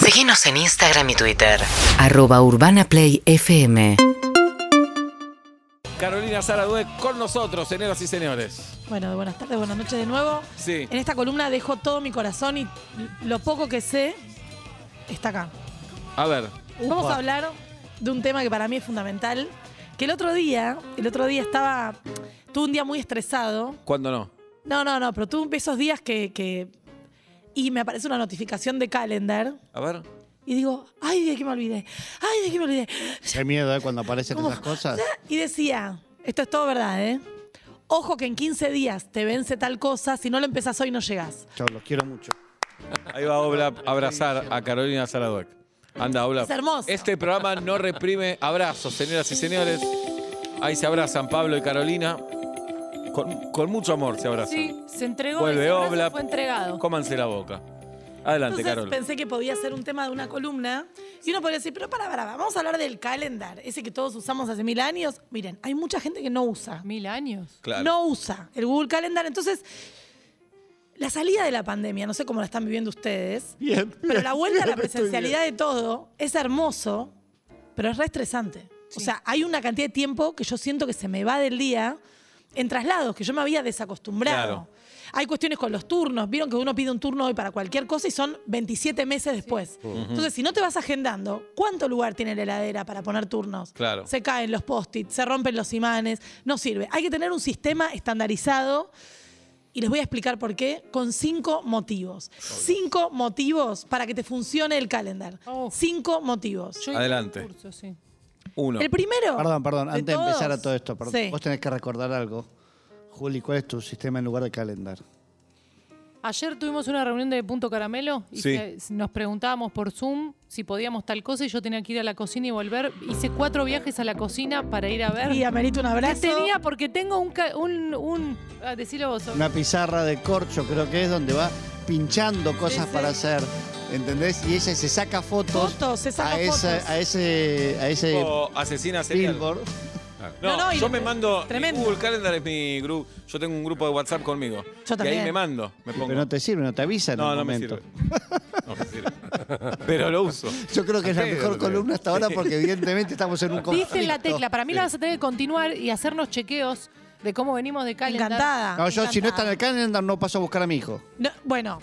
Seguinos en Instagram y Twitter. arroba urbanaplayfm Carolina Sara Due con nosotros, señoras y señores. Bueno, buenas tardes, buenas noches de nuevo. Sí. En esta columna dejo todo mi corazón y lo poco que sé está acá. A ver. Vamos a hablar de un tema que para mí es fundamental. Que el otro día, el otro día estaba, tuve un día muy estresado. ¿Cuándo no? No, no, no, pero tuve esos días que, que- y me aparece una notificación de calendar A ver. y digo, ay, de qué me olvidé, ay, de qué me olvidé. Qué miedo, ¿eh? Cuando aparecen ¿Cómo? esas cosas. Y decía, esto es todo verdad, ¿eh? Ojo que en 15 días te vence tal cosa, si no lo empezás hoy no llegás. Yo los quiero mucho. Ahí va Oblap a abrazar a Carolina Sara Due. Anda, Oblap. Es hermoso. Este programa no reprime abrazos, señoras y señores. Ahí se abrazan Pablo y Carolina. Con, con mucho amor se abrazan. Sí, se entregó. Vuelve ese abrazo Oblap. Fue entregado. Cómanse la boca. Adelante, Entonces Carol. pensé que podía ser un tema de una columna. Y uno podría decir, pero para, para, vamos a hablar del calendar, ese que todos usamos hace mil años. Miren, hay mucha gente que no usa. Mil años. Claro. No usa el Google Calendar. Entonces, la salida de la pandemia, no sé cómo la están viviendo ustedes, Bien. pero la vuelta a la Estoy bien. presencialidad de todo es hermoso, pero es re estresante. O sea, hay una cantidad de tiempo que yo siento que se me va del día en traslados, que yo me había desacostumbrado. Claro. Hay cuestiones con los turnos. Vieron que uno pide un turno hoy para cualquier cosa y son 27 meses después. Entonces, si no te vas agendando, ¿cuánto lugar tiene la heladera para poner turnos? Claro. Se caen los post-it, se rompen los imanes, no sirve. Hay que tener un sistema estandarizado y les voy a explicar por qué con cinco motivos. Cinco motivos para que te funcione el calendar. Oh. Cinco motivos. Yo hice Adelante. un curso, sí. Uno. El primero. Perdón, perdón. Antes de empezar todos? a todo esto, perdón. Sí. Vos tenés que recordar algo. Juli, ¿cuál es tu sistema en lugar de calendar? Ayer tuvimos una reunión de Punto Caramelo y Sí. se- nos preguntábamos por Zoom si podíamos tal cosa y yo tenía que ir a la cocina y volver. Hice cuatro viajes a la cocina para ir a ver. Y amerita un ¿Qué abrazo. tenía? Porque tengo un... ca- un, un ah, decilo vos. Sol. Una pizarra de corcho, creo que es donde va pinchando cosas Sí, sí. para hacer. ¿Entendés? Y ella se saca fotos, Fotos, se saca a, ese, fotos. a ese, a ese O Oh, asesina serial. Ah. billboard. No, No, no, y yo lo- me mando. tremendo. Google Calendar es mi grupo. Yo tengo un grupo de WhatsApp conmigo. Yo Y ahí también. me mando. Me pongo. Pero no te sirve, no te avisa en no, el no me momento. sirve. No me sirve. Pero lo uso. Yo creo que es la A pedo, mejor te digo. columna hasta ahora porque evidentemente estamos en un conflicto. Diste en la tecla. Para mí la vas a tener que continuar y hacernos chequeos de cómo venimos de calendar. Encantada. No, yo si no está en encantada. el calendar no paso a buscar a mi hijo. No, bueno,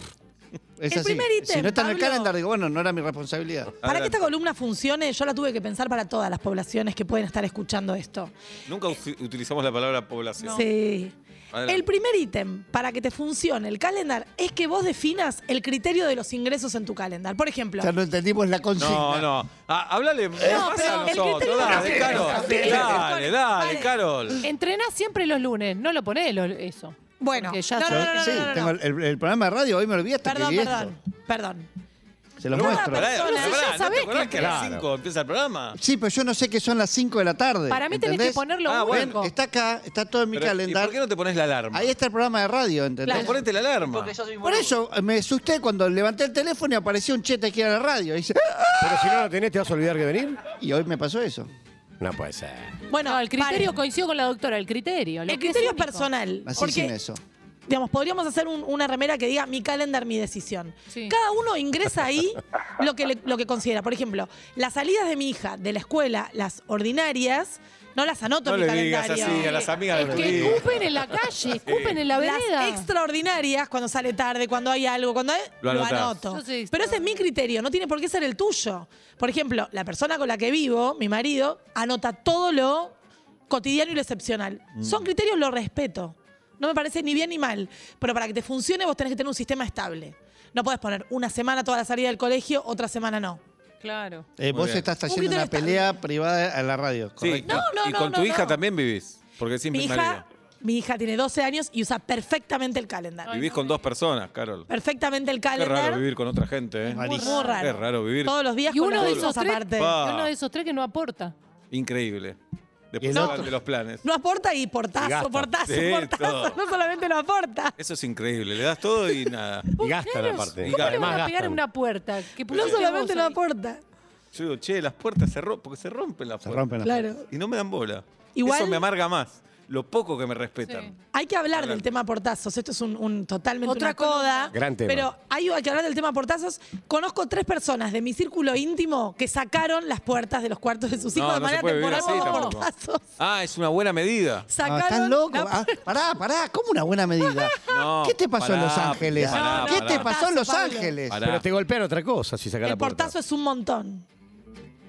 Es El así. primer si ítem, no está en el Pablo. calendar, digo, bueno, no era mi responsabilidad. para que Adelante. esta columna funcione, yo la tuve que pensar para todas las poblaciones que pueden estar escuchando esto. Nunca usi- utilizamos la palabra población. Sí. Adelante. El primer ítem para que te funcione el calendar es que vos definas el criterio de los ingresos en tu calendar. Por ejemplo, Ya no entendimos la consigna. No, no. Ah, háblale no, pero a el nosotros. criterio Dale, de- Carol. Sí. Dale, dale, Vale. Carol. Entrenás siempre los lunes. No lo ponés lo- eso. bueno, Porque ya no, se- no, no, no, sí, no, no, no. tengo el- el, el programa de radio, hoy me olvidé hasta Perdón, que vi perdón, perdón. esto. Se lo No, muestro. pará. Pará, Pero pará, ¿no si ya te sabés acordás que- que a las Claro. 5 empieza el programa? Sí, pero yo no sé que son las 5 de la tarde. Para mí tenés que ¿entendés? ponerlo Ah, bueno. único. Está acá, está todo en mi Pero, ¿Y calendar. por qué no te pones la alarma? Ahí está el programa de radio, ¿entendés? No, ponete la alarma. Por eso eh, me asusté cuando levanté el teléfono y apareció un chete que era la radio. Y, dice, "Ah". Pero si no lo tenés, te vas a olvidar que venir. Y hoy me pasó eso. No puede ser. Bueno, No, el criterio paren. coincido con la doctora, el criterio. lo el que es criterio es único. personal. Así porque, sin eso. Digamos, podríamos hacer un- una remera que diga mi calendar, mi decisión. Sí. Cada uno ingresa ahí lo que, le- lo que considera. Por ejemplo, las salidas de mi hija de la escuela, las ordinarias, no las anoto No en mi le digas calendario. así a las amigas Es de que Rodrigo. escupen en la calle, escupen en la vereda. Las extraordinarias, cuando sale tarde, cuando hay algo, cuando hay, Lo lo, anotás. anoto. Yo soy extra. Pero ese es mi criterio, no tiene por qué ser el tuyo. Por ejemplo, la persona con la que vivo, mi marido, anota todo lo cotidiano y lo excepcional. Mm. Son criterios, lo respeto. No me parece ni bien ni mal. Pero para que te funcione, vos tenés que tener un sistema estable. No podés poner una semana toda la salida del colegio, otra semana no. Claro. Eh, Muy vos bien. estás Un haciendo criterio una estable. pelea privada a la radio, Sí, correcto. No, no, y no, con tu no, hija no. también vivís. Porque es Mi simple hija, mi hija tiene 12 años y usa perfectamente el calendario. Vivís con dos personas, Carol. Perfectamente el Qué calendario. raro vivir con otra gente, ¿eh? Muy Rarísimo. muy raro. Es raro vivir. Todos los días Y con uno las de cosas esos tres, aparte. y Pa. uno de esos tres que no aporta. Increíble. Y Después el hablan otro. de los planes. No aporta y portazo, Y gasta. portazo, Sí, portazo. todo. No solamente no aporta. Eso es increíble. Le das todo y nada. Y gastan aparte. Y ¿Cómo le además van a pegar gastan. en una puerta? Que No pusiste solamente vos no ahí? aporta. Yo digo, che, las puertas se rompen, porque se rompen las Se puertas. rompen las Claro. Y no me dan bola. Igual- Eso me amarga más. lo poco que me respetan. Sí. Hay que hablar del tema portazos. Esto es un, un totalmente Otra una coda. Gran tema. Pero hay, hay que hablar del tema portazos. Conozco tres personas de mi círculo íntimo que sacaron las puertas de los cuartos de sus hijos No, no de se manera puede vivir temporal así como tampoco. portazos. Ah, es una buena medida. Sacaron. estás loco. la- Ah, pará, pará, ¿cómo una buena medida? No, ¿Qué te pasó en Los pará, Ángeles? pará, ¿Qué pará. te pasó en Los Pablo. Ángeles? Pará. Pero te golpean otra cosa si sacas la el puerta. portazo es un montón.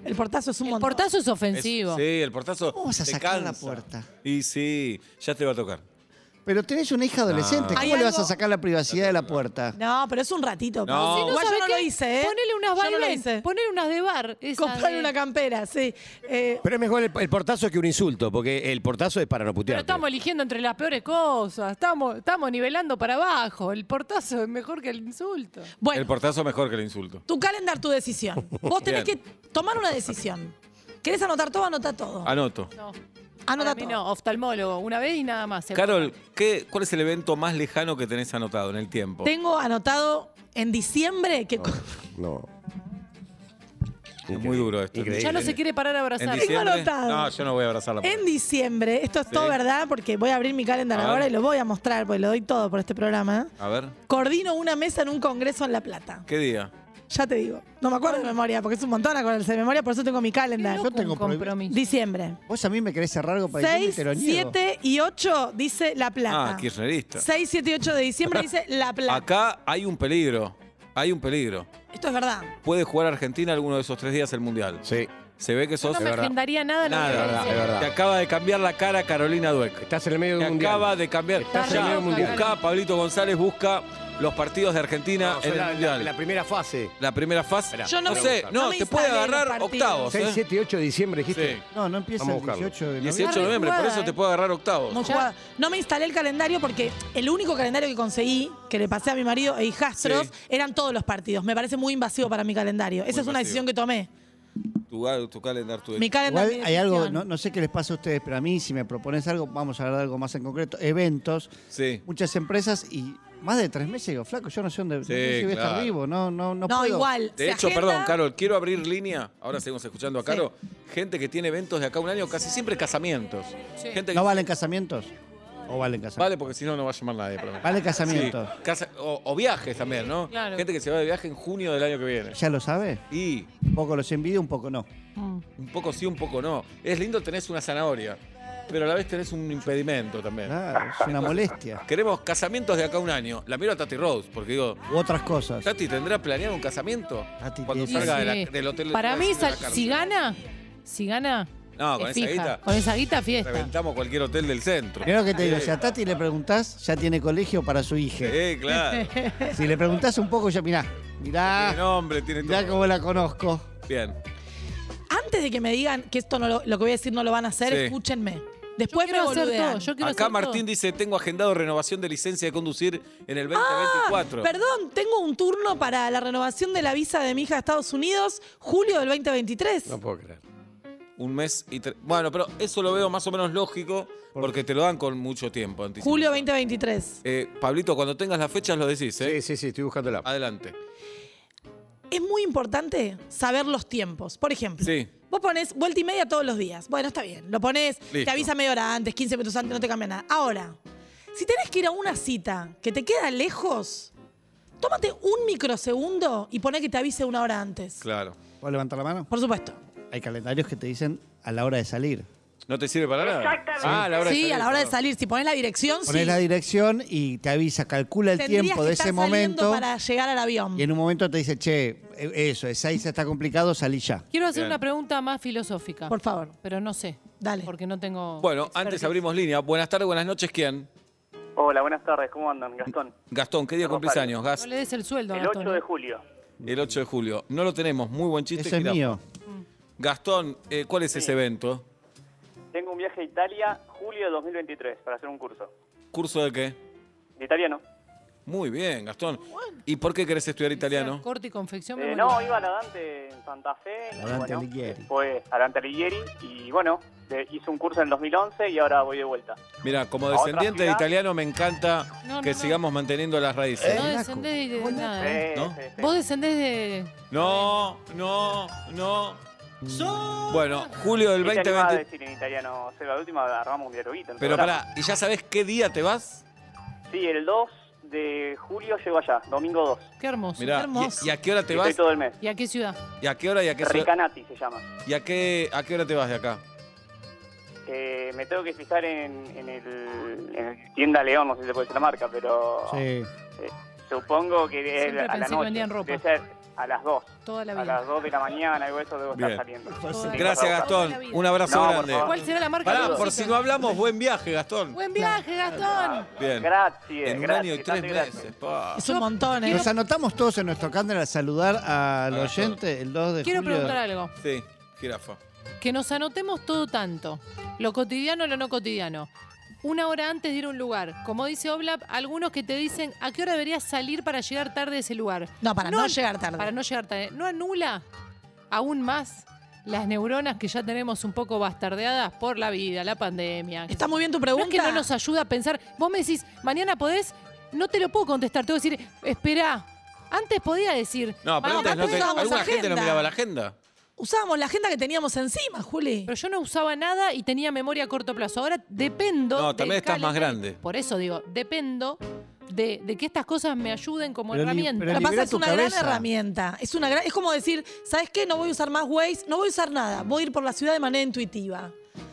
El portazo es un El montón. portazo es Es- sí, ofensivo. el portazo. ¿Cómo vas a te sacar la cansa. puerta? Y sí, ya te va a tocar. Pero tenés una hija adolescente, Hay ¿cómo le vas a algo- sacar la privacidad de la puerta? No, pero es un ratito. No. Si no Igual yo ¿sabe no lo qué? hice, ¿eh? Ponele unas Yo no lo Valens, hice. ponele unas de bar. esas Comprar de- una campera, sí. Eh, Pero es mejor el, el portazo que un insulto, porque el portazo es para no Pero putear. estamos eligiendo entre las peores cosas. Estamos, estamos nivelando para abajo. El portazo es mejor que el insulto. bueno, El portazo mejor que el insulto. tu calendar, tu decisión. Vos tenés Bien. que tomar una decisión. ¿Querés anotar todo? Anota todo. Anoto. No. Anota Para mí todo. no, oftalmólogo. Una vez y nada más. Carol, ¿qué, ¿cuál es el evento más lejano que tenés anotado en el tiempo? Tengo anotado en diciembre que. No. Es muy duro esto. Increíble. Ya no se quiere parar a ¿En abrazar. diciembre? anotado. No, yo no voy a abrazar la En puerta. diciembre, esto es todo verdad, porque voy a abrir mi calendar A ver. ahora y lo voy a mostrar, porque lo doy todo por este programa. A ver, Coordino una mesa en un congreso en La Plata. ¿qué día? Ah, Ya te digo. No me acuerdo de memoria, porque es un montón acordarse de memoria, por eso tengo mi calendar. Yo tengo un prohibido. compromiso. Diciembre. Vos a mí me querés cerrar algo para decirme y 6, te lo niego. 7 y 8 dice La Plata. Ah, kirchnerista. 6, 7 y 8 de diciembre dice La Plata. Acá hay un peligro. Hay un peligro. Esto es verdad. Puede jugar Argentina alguno de esos tres días el Mundial. Sí, Se ve que Yo sos... no me agendaría nada. en la Nada, vida. verdad, es verdad. Te acaba de cambiar la cara Carolina Dueck. estás en el medio Te de un mundial. acaba de cambiar. Estás en el Ya, medio mundial. busca, Pablito González busca los partidos de Argentina No, en son el la, la- Mundial. la primera fase. La primera fase. Esperá, Yo no me- sé, no no, me te puede instalé en los agarrar partidos. octavos. 6, ¿eh? 7 y 8 de diciembre dijiste. Sí. No, no empieza Vamos a el buscarlo. 18 de noviembre. 18 de noviembre, por jugada, eso te eh. puede agarrar octavos. Muy jugado. No me instalé el calendario porque el único calendario que conseguí, que le pasé a mi marido e hijastros, Sí. eran todos los partidos. Me parece muy invasivo para mi calendario. Esa es invasivo. una decisión que tomé. Tu, tu calendar, tu Mi calendario. Igual hay algo, no, no sé qué les pasa a ustedes, pero a mí si me propones algo, vamos a hablar de algo más en concreto, eventos, Sí. muchas empresas y más de tres meses digo, flaco, yo no sé dónde no sé si voy a claro. estar vivo, no, no, no, No, puedo. igual. De se hecho, agenda- perdón, Carol, quiero abrir línea. Ahora seguimos escuchando a Caro. Gente que tiene eventos de acá a un año, casi siempre casamientos. Gente que ¿No valen casamientos? ¿O valen casamientos? Vale, porque si no, no va a llamar nadie. probablemente. Vale casamientos. Sí. Casa- o, o viajes también, ¿no? Claro. Gente que se va de viaje en junio del año que viene. ¿Ya lo sabe? Y Un poco los envidio, un poco no. un poco sí, un poco no. Es lindo tenés una zanahoria, pero a la vez tenés un impedimento también. Claro, es una molestia. Queremos casamientos de acá a un año. La miro a Tati Rose, porque digo, U otras cosas. Tati, ¿tendrá planeado un casamiento? Tati cuando Sí, tiene- salga de la- sí. del hotel. Para mí, de la sal- cárcel. si gana, si gana, No, es con esa fija. guita Con esa guita, fiesta. reventamos cualquier hotel del centro. Mirá lo que te digo, si a Tati le preguntás, ya tiene colegio para su hija. Sí, claro. Si le preguntás un poco, ya mirá, Ah. Tiene mirá, nombre, tiene mirá todo. cómo la conozco. Bien. Antes de que me digan que esto no lo, lo que voy a decir no lo van a hacer, Sí. escúchenme. Yo Después me quiero hacer boludean. todo. Yo quiero hacer Acá todo. Martín dice, tengo agendado renovación de licencia de conducir en el Ah, 2024. Perdón, tengo un turno para la renovación de la visa de mi hija a Estados Unidos, julio del 2023. No puedo creer. Un mes y tres. Bueno, pero eso lo veo más o menos lógico porque te lo dan con mucho tiempo. anticipación. julio 2023. Eh, Pablito, cuando tengas las fechas lo decís, ¿eh? Sí, sí, sí, estoy buscando la. Adelante. Es muy importante saber los tiempos. Por ejemplo, Sí. vos pones vuelta y media todos los días. Bueno, está bien. Lo pones, te Listo. avisa media hora antes, 15 minutos antes, no te cambia nada. Ahora, si tenés que ir a una cita que te queda lejos, tómate un microsegundo y poné que te avise una hora antes. Claro. ¿Puedo levantar la mano? Por supuesto. Hay calendarios que te dicen a la hora de salir. ¿No te sirve para nada? Exactamente. Ah, a la hora de sí, salir, a la hora de perdón. salir. Si pones la dirección, Pones sí. la dirección y te avisa, calcula el Tendrías tiempo que de estar ese saliendo momento. para llegar al avión. Y en un momento te dice, che, e- eso, es ahí, está complicado, salí ya. Quiero hacer Bien. una pregunta más filosófica. Por favor. Pero no sé. Dale. Porque no tengo. Bueno, antes abrimos línea. Buenas tardes, buenas noches, ¿quién? Hola, buenas tardes, ¿cómo andan? Gastón. Gastón, ¿qué día Rosario. cumplís años, No Gas? le des el sueldo, El Gastón. ¿eh? 8 de julio. El 8 de julio. No lo tenemos. Muy buen chiste. Eso es jirafa. mío. Gastón, eh, ¿cuál es ese evento? Tengo un viaje a Italia, julio de 2023, para hacer un curso. ¿Curso de qué? ¿De italiano? Muy bien, Gastón. ¿Y por qué querés estudiar italiano? Corte y confección. me Eh, vuelvo no, iba a la Dante en Santa Fe. La Dante y bueno, Alighieri. Después a Dante Alighieri y bueno, de- hice un curso en el 2011 y ahora voy de vuelta. Mira, como ¿A otra descendiente de ciudad? italiano me encanta No, no, que no. sigamos manteniendo las raíces. No Eh. descendés Ah. eh, de, de nada. ¿eh? Sí, ¿No? sí, sí. Vos descendés de. No, no, no. Bueno, julio del ¿Qué te animás a 2020. decir en italiano, Seba? De última armamos un dialoguito. entre Pero horas. pará, ¿y ya sabés qué día te vas? Sí, el 2 de julio llego allá, domingo 2. Qué hermoso. Mirá, hermoso. ¿y, y a qué hora te Y vas? Estoy todo el mes. ¿Y a qué ciudad? ¿Y a qué hora y a qué ciudad- Recanati se llama. ¿Y a qué, a qué hora te vas de acá? Eh, me tengo que fijar en, en el, en el tienda León, no sé si se puede decir la marca, pero Sí. supongo que es Siempre a la pensé que noche. vendían ropa. Debe ser a las 2. Toda la A vida. las 2 de la mañana, algo de eso debo Bien. estar saliendo. Toda la Gracias, vida. Gastón. Toda la vida. Un abrazo No, por grande. favor. ¿Cuál será la marca? de Pará, la por música? si no hablamos, buen viaje, Gastón. Buen viaje, Gastón. Bien. Gracias, En un gracias. año y tres tanto gracias. meses. pa. Es un montón, ¿eh? Nos anotamos todos en nuestro calendar a saludar al Ahora oyente el 2 de Quiero julio. preguntar algo. Sí, jirafa. Que nos anotemos todo tanto. Lo cotidiano, lo no cotidiano. Una hora antes de ir a un lugar. Como dice Oblap, algunos que te dicen a qué hora deberías salir para llegar tarde a ese lugar. No, para no llegar tarde. Para no llegar tarde. ¿No anula aún más las neuronas que ya tenemos un poco bastardeadas por la vida, la pandemia? Está muy bien tu No pregunta. es que no nos ayuda a pensar. Vos me decís, mañana podés, no te lo puedo contestar. Tengo que decir, espera. Antes podía decir. No, pero "Vamos, antes no antes te- usábamos ¿Alguna gente no agenda. miraba la agenda? Usábamos la agenda que teníamos encima, Juli. Pero yo no usaba nada y tenía memoria a corto plazo. Ahora dependo. No, del también estás más calendario. grande. Por eso digo, dependo de, de que estas cosas me ayuden como Pero li- herramienta. pero Lo que pasa libera es tu una cabeza. gran herramienta. Es una gran, es como decir, ¿sabes qué? No voy a usar más Waze, no voy a usar nada. Voy a ir por la ciudad de manera intuitiva.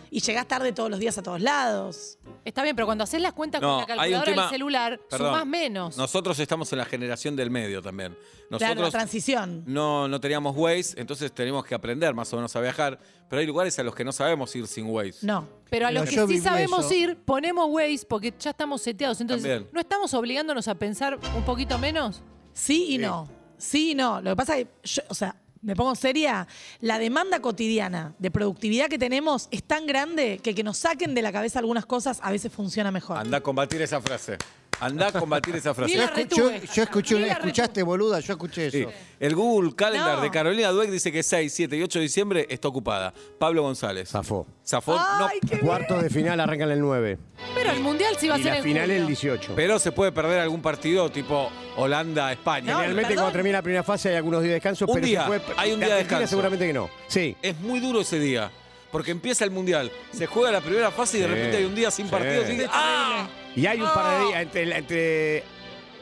Y llegás tarde todos los días a todos lados. Está bien, pero cuando haces las cuentas No, con la hay un calculadora tema- del celular, Perdón. sumás menos. Nosotros estamos en la generación del medio también. Claro, la Nosotros transición. no, no teníamos Waze, entonces tenemos que aprender más o menos a viajar. Pero hay lugares a los que no sabemos ir sin Waze. No. Pero a Pero los que yo sí viví sabemos eso. ir, ponemos Waze porque ya estamos seteados. Entonces, También. ¿no estamos obligándonos a pensar un poquito menos? Sí y no. Sí y no. Lo que pasa es que, yo- o sea, me pongo seria, la demanda cotidiana de productividad que tenemos es tan grande que que nos saquen de la cabeza algunas cosas a veces funciona mejor. Andá a combatir esa frase. Andá a combatir esa frase. Ni la Escu- retuve. yo, yo escuché, Ni la escuchaste, boluda, yo escuché Sí. eso. El Google Calendar No. de Carolina Dueck dice que 6, 7 y 8 de diciembre está ocupada. Pablo González. Ah. Zafó. Zafó, no, Ay, qué- Cuartos de final arrancan el 9. Pero el mundial sí va a y ser la en final julio. el 18. pero se puede perder algún partido tipo Holanda-España. No, Generalmente perdón. cuando termina la primera fase hay algunos días de descanso. Un pero se día, puede- hay un día de Argentina descanso. seguramente que no. Sí. Es muy duro ese día. Porque empieza el mundial, se juega la primera fase y de Sí, repente hay un día sin sí. partidos. y dices, ¡ah! Y hay un par de Oh. días entre, entre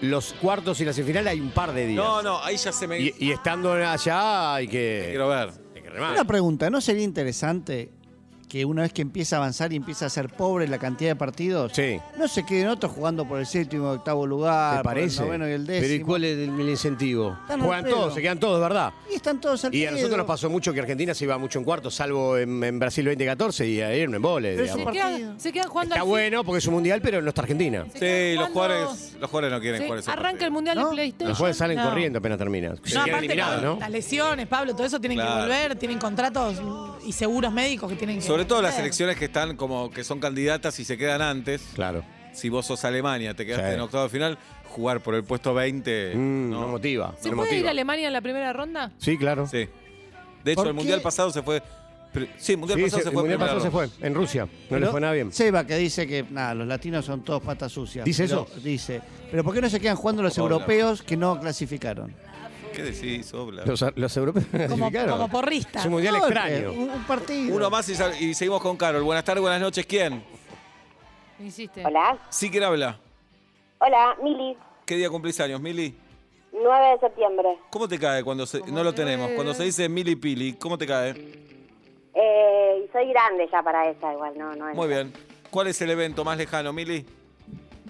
los cuartos y la semifinal hay un par de días. No, no, ahí ya se me. Y, y estando allá hay que. Quiero ver. hay que remar. Una pregunta, ¿no sería interesante que una vez que empieza a avanzar y empieza a ser pobre la cantidad de partidos, Sí. no se queden otros jugando por el séptimo, octavo lugar, ¿Te parece? Ah, por el noveno y el décimo? Pero ¿y cuál es el, el incentivo? Están al Juegan pedo. todos, se quedan todos, ¿verdad? Y están todos al Y a nosotros pedo. nos pasó mucho que Argentina se iba mucho en cuartos, salvo en, en Brasil 2014 y ahí era un embole, Pero digamos. Se Por quedan, partido. Ah, se quedan jugando Está al- bueno porque es un mundial, pero no está Argentina. se quedan Sí, los jugando- jugadores, los jugadores no quieren Sí, jugar ese Arranca el partido. mundial ¿No? de PlayStation. Los jueves salen No. corriendo apenas termina. Se No, quedan aparte eliminados, con ¿no? las lesiones, Pablo, todo eso tienen Claro. que volver, tienen contratos y seguros médicos que tienen que Sobre todo las hacer. elecciones que están como que son candidatas y se quedan antes. Claro. Si vos sos Alemania, te quedaste Sí. en octavo de final, jugar por el puesto 20. Mm, no. no. motiva. ¿Se no puede motiva. ir a Alemania en la primera ronda? Sí, claro. Sí. De hecho, ¿Por el mundial qué? pasado se fue. pri- Sí, el mundial Sí, pasado se- se, el fue. mundial primero. pasado se fue. En Rusia. No le Pero fue nada bien. Seba que dice que nada, los latinos son todos patas sucias. ¿Dice Pero- eso? Dice. Pero ¿por qué no se quedan jugando los Hola. europeos que no clasificaron? ¿Qué decís, Obla? Los, los europeos Como, clasificaron. como porrista. Es un mundial Un golpe, extraño. eh, Un, un partido. Uno más y, sal- y seguimos con Carol. Buenas tardes, buenas noches. ¿Quién? Insiste. Hola, Sí, ¿quién habla? hola, Mili, ¿Qué día cumplís años, Mili? 9 de septiembre. ¿Cómo te cae cuando se.? No lo tenemos. Cuando se dice Mili Pili, ¿cómo te cae? Eh, y soy grande ya para esa igual, no, no es. Muy bien. ¿Cuál es el evento más lejano, Mili?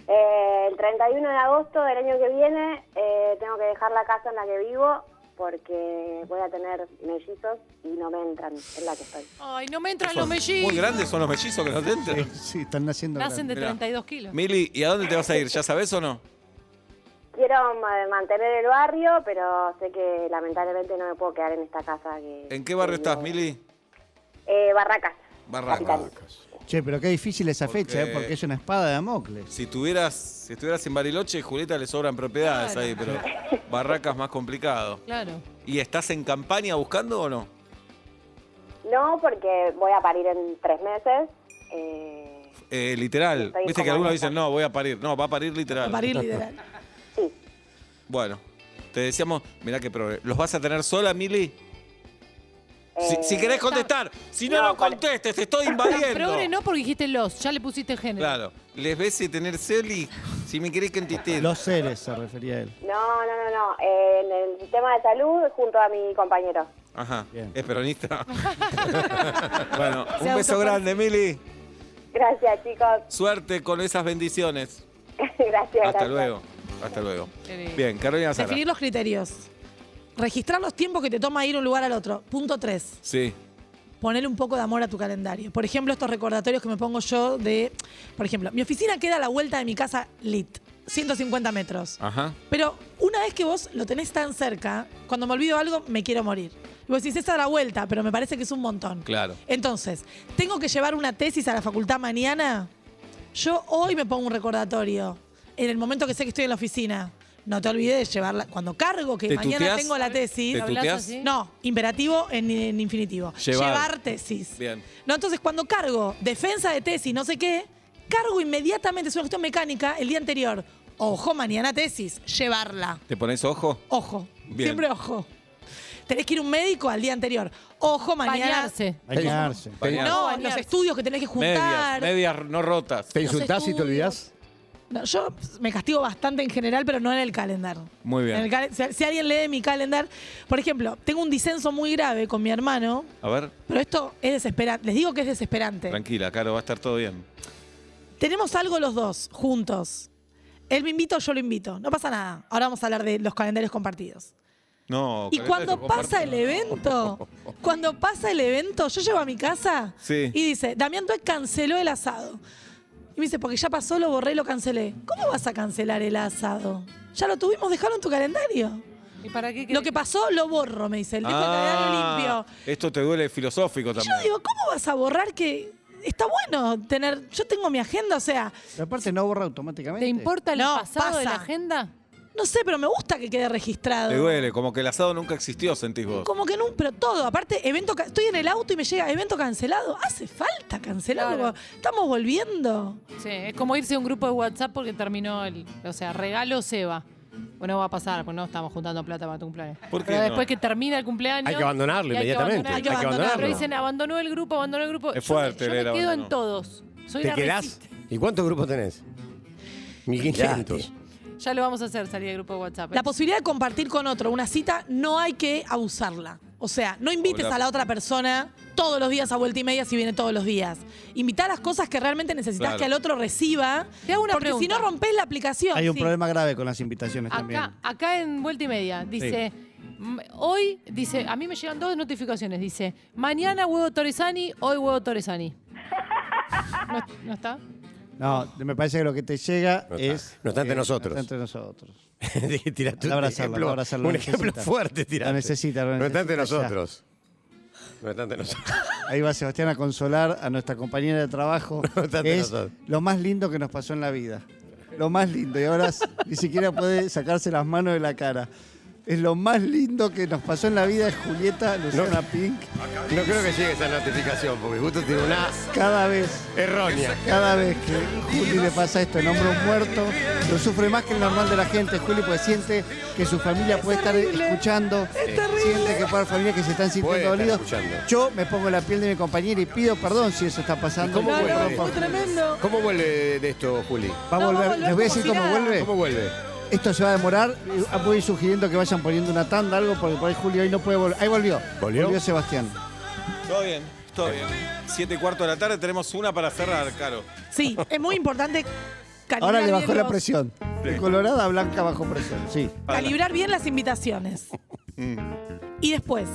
Eh, el 31 de agosto del año que viene eh, tengo que dejar la casa en la que vivo porque voy a tener mellizos y no me entran en la que estoy. Ay, no me entran los Son mellizos. Muy grandes son los mellizos que nos entran. Sí, están haciendo. Nacen de Mirá. 32 kilos. Mili, ¿y a dónde te vas a ir? ¿Ya sabes o no? Quiero ma- mantener el barrio, pero sé que lamentablemente no me puedo quedar en esta casa. Que, ¿En qué barrio que estás, vivo. Mili? Eh, Barracas. Barracas. Che, pero qué difícil esa Porque- fecha, ¿eh? porque es una espada de Damocles. Si tuvieras, si estuvieras en Bariloche, Julieta le sobran propiedades Claro. ahí, pero Barracas más complicado. Claro. ¿Y estás en campaña buscando o no? No, porque voy a parir en tres meses. Eh, Eh, literal. Estoy Viste que como algunos esa. dicen, no, voy a parir. No, va a parir literal. Para ir liderar. Bueno, te decíamos, mirá que problema. ¿Los vas a tener sola, Mili? Si, Eh, si querés contestar, si no, no, no ¿cuál es? contestes, te estoy Tan progre invadiendo. no porque dijiste los, ya le pusiste género. Claro, les ves y tener Celi, si me querés contestar. Los seres se refería a él. No, no, no, no. eh, en el sistema de salud junto a mi compañero. Ajá, Bien. es peronista. bueno, Se un beso autopercibe. grande, Mili. Gracias, chicos. Suerte con esas bendiciones. gracias, Hasta gracias. luego. Hasta luego. Qué lindo. Bien, Carolina Sara. Definir los criterios. Registrar los tiempos que te toma ir de un lugar al otro. Punto 3. Sí. Ponerle un poco de amor a tu calendario. Por ejemplo, estos recordatorios que me pongo yo de. Por ejemplo, mi oficina queda a la vuelta de mi casa lit. 150 metros. Ajá. Pero una vez que vos lo tenés tan cerca, cuando me olvido algo, me quiero morir. Y vos decís, es a la vuelta, pero me parece que es un montón. Claro. Entonces, ¿tengo que llevar una tesis a la facultad mañana? Yo hoy me pongo un recordatorio. En el momento que sé que estoy en la oficina. No te olvides de llevarla. Cuando cargo que ¿Te mañana tuteás? tengo la tesis. ¿Te ¿Hablas tuteás? así? No, imperativo en, en infinitivo. Llevar. tesis. Bien. No, entonces cuando cargo defensa de tesis, no sé qué, cargo inmediatamente, es una cuestión mecánica, el día anterior. Ojo, mañana tesis, llevarla. ¿Te pones ojo? Ojo. Bien. Siempre ojo. Tenés que ir a un médico al día anterior. Ojo, mañana. Bañarse. Bañarse. Bañar. No, Bañarse. los estudios que tenés que juntar. Medias, medias no rotas. ¿Te Los insultás y te estudios. olvidás? No, yo me castigo bastante en general, pero no en el calendar. Muy bien. En el cal- si, si alguien lee mi calendar, por ejemplo, tengo un disenso muy grave con mi hermano, A ver, pero esto es desesperante. Les digo que es desesperante. tranquila, Caro, va a estar todo bien. Tenemos algo los dos, juntos. Él me invita o yo lo invito. No pasa nada. Ahora vamos a hablar de los calendarios compartidos. No, Y Caro, cuando eso pasa el compartido. evento, cuando pasa el evento, yo llego a mi casa Sí. y dice, Damián Tuek canceló el asado. Y me dice, porque ya pasó, lo borré y lo cancelé. ¿Cómo vas a cancelar el asado? Ya lo tuvimos, dejalo en tu calendario. ¿Y para qué Lo que pasó, lo borro, me dice. El tipo de calendario Ah, limpio. Esto te duele filosófico Y yo también. digo, ¿cómo vas a borrar que está bueno tener, yo tengo mi agenda, o sea, Pero aparte no borra automáticamente. ¿Te importa el No, pasado de la pasa. agenda? no sé, pero me gusta que quede registrado. Te duele, como que el asado nunca existió, sentís vos. Como que no, pero todo. Aparte, evento ca- estoy en el auto y me llega evento cancelado. Hace falta cancelarlo. Claro. Estamos volviendo. Sí, es como irse a un grupo de WhatsApp porque terminó el. O sea, regalo se va. Bueno, va a pasar, porque no estamos juntando plata para tu cumpleaños. ¿Por qué Pero no? después que termina el cumpleaños. Hay que abandonarlo y hay que inmediatamente. abandonar- Hay que Pero abandonarlo. dicen, abandonó el grupo, abandonó el grupo. Es Yo me- fuerte Yo me, leer quedo abandonó. en todos. Soy ¿Te la quedás? resiste. ¿Y cuántos grupos tenés? 1500. Ya lo vamos a hacer, salir del grupo de WhatsApp. ¿eh? La posibilidad de compartir con otro una cita no hay que abusarla. O sea, no invites Hola. a la otra persona todos los días a vuelta y media si viene todos los días. Invita a las cosas que realmente necesitas Claro. que el otro reciba. Te hago una porque si pregunta. no rompes la aplicación. Hay un sí. problema grave con las invitaciones también. Acá, acá en vuelta y media dice. mm, Hoy, dice, a mí me llegan dos notificaciones. Dice, mañana huevo Torresani, hoy huevo Torresani. ¿No, no está? No, me parece que lo que te llega No está. es. No está entre eh, nosotros. está entre nosotros. tiraste Habrá hacerlo, habrá hacerlo, un lo ejemplo necesita. fuerte tiraste. Lo necesita, lo No está ante necesita ya. nosotros. No está ante nosotros. Ahí va Sebastián a consolar a nuestra compañera de trabajo. No, está entre es nosotros. lo más lindo que nos pasó en la vida. Lo más lindo. Y ahora s- ni siquiera puede sacarse las manos de la cara. Es lo más lindo que nos pasó en la vida es Julieta Luciana Pink. No creo que llegue esa notificación, porque justo tiene una Cada vez errónea. Cada vez que Juli le pasa esto en hombro muerto, lo sufre más que el normal de la gente, Juli, porque siente que su familia puede estar escuchando, siente que para familias que se están Puede sintiendo estar dolidos. escuchando. Yo me pongo en la piel de mi compañera y pido perdón si eso está pasando. ¿Y cómo Pido vuelve? perdón por Fue Juli. tremendo. ¿Cómo vuelve de esto, Juli? Va No, a va a volver, volver les voy a como decir si cómo nada. vuelve. ¿Cómo vuelve? Esto se va a demorar. y Voy sugiriendo que vayan poniendo una tanda, algo, porque por ahí Juli hoy no puede volver. Ahí volvió. ¿Volvió? Sebastián. Todo bien, todo bien. Siete y cuarto de la tarde tenemos una para cerrar, Caro. Sí, es muy importante calibrar, Ahora le bajó bien la los- presión. De colorada a blanca bajo presión, sí. calibrar bien las invitaciones. Y después,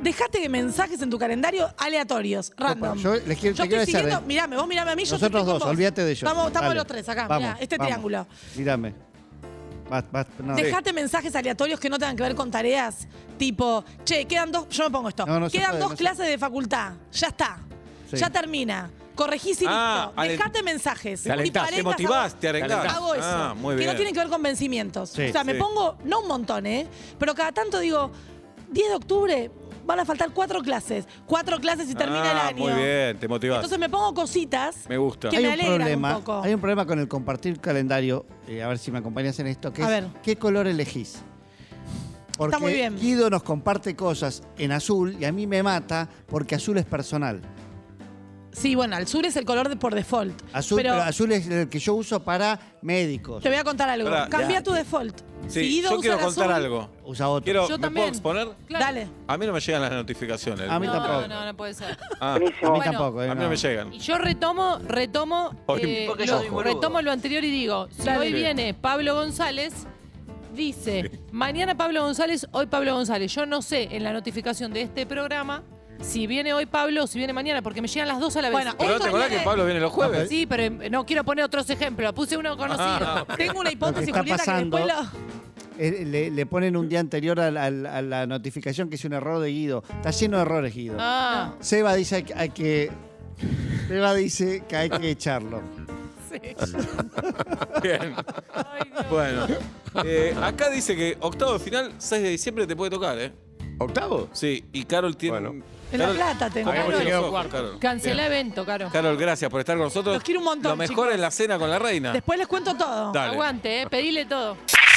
dejate mensajes en tu calendario aleatorios, random. yo les quiero- te quiero estoy decir, siguiendo, eh. mirame, vos mirame a mí, yo te estoy Nosotros con dos, vos. olvídate de ellos. Estamos, estamos Dale. los tres acá, Vamos, mirá, este vamos. triángulo. Mírame. Va, va, no. Dejate mensajes aleatorios que no tengan que ver con tareas, tipo, che, quedan dos, yo me pongo esto, No, no se quedan puede, dos no se- clases de facultad, ya está, Sí. ya termina, corregís y Ah, listo, ale- dejate mensajes. Te Tipo, alentás, Te alentas a motivás, vos. te arreglás. Hago eso. Ah, muy que bien. no tienen que ver con vencimientos. Sí, o sea, me sí. pongo, no un montón, ¿eh? Pero cada tanto digo, 10 de octubre van a faltar cuatro clases. Cuatro clases y termina el Ah, año. Muy bien, te motivás. Entonces me pongo cositas. Me gusta. que hay me un alegran un problema, poco. hay un problema con el compartir calendario. eh, a ver si me acompañas en esto. Que A es, ver. ¿Qué color elegís? Porque muy bien. Guido nos comparte cosas en azul y a mí me mata porque azul es personal. Sí, bueno, el sur es el color de, por default. Azul, pero pero azul es el que yo uso para médicos. te voy a contar algo. Pará, Cambia ya. tu default. Sí, Si Guido yo usa quiero el contar azul, algo. Usa otro. Quiero, Yo ¿Me puedo también. exponer? Claro. Dale. A mí no me llegan las notificaciones. A mí no, tampoco. no, no puede ser. Ah, A mí Buenísimo. Bueno, tampoco. eh, a mí no me llegan. Y yo retomo, retomo, Hoy- eh, Porque yo lo, soy boludo. retomo lo anterior y digo, si Dale. hoy Sí. viene Pablo González, dice, mañana Pablo González, hoy Pablo González. Yo no sé en la notificación de este programa si viene hoy Pablo o si viene mañana, porque me llegan las dos a la vez. Bueno, Pero no te Esto acordás que viene- Pablo viene los jueves. Sí, pero eh, no quiero poner otros ejemplos. Puse uno Ah, conocido. Tengo una Lo que hipótesis, está Julieta, pasando- que después lo... Eh, Le, le ponen un día anterior al- al- a, la notificación que es un error de Guido. Está lleno de errores, Guido. Ah, Seba dice que hay que. Seba dice que hay que echarlo. Bien. Bueno. Eh, acá dice que octavo de final, 6 de diciembre te puede tocar, ¿eh? ¿Octavo? Sí, y Carol tiene. Bueno. En La Carol- Plata tengo. Carol, Habíamos quedado los ojos, cuarto. Carol. cancela evento, caro. Carol, gracias por estar con nosotros. Los quiero un montón, Lo mejor chicos. en la cena con la reina. Después les cuento todo. Dale. Aguante, eh, pedile todo.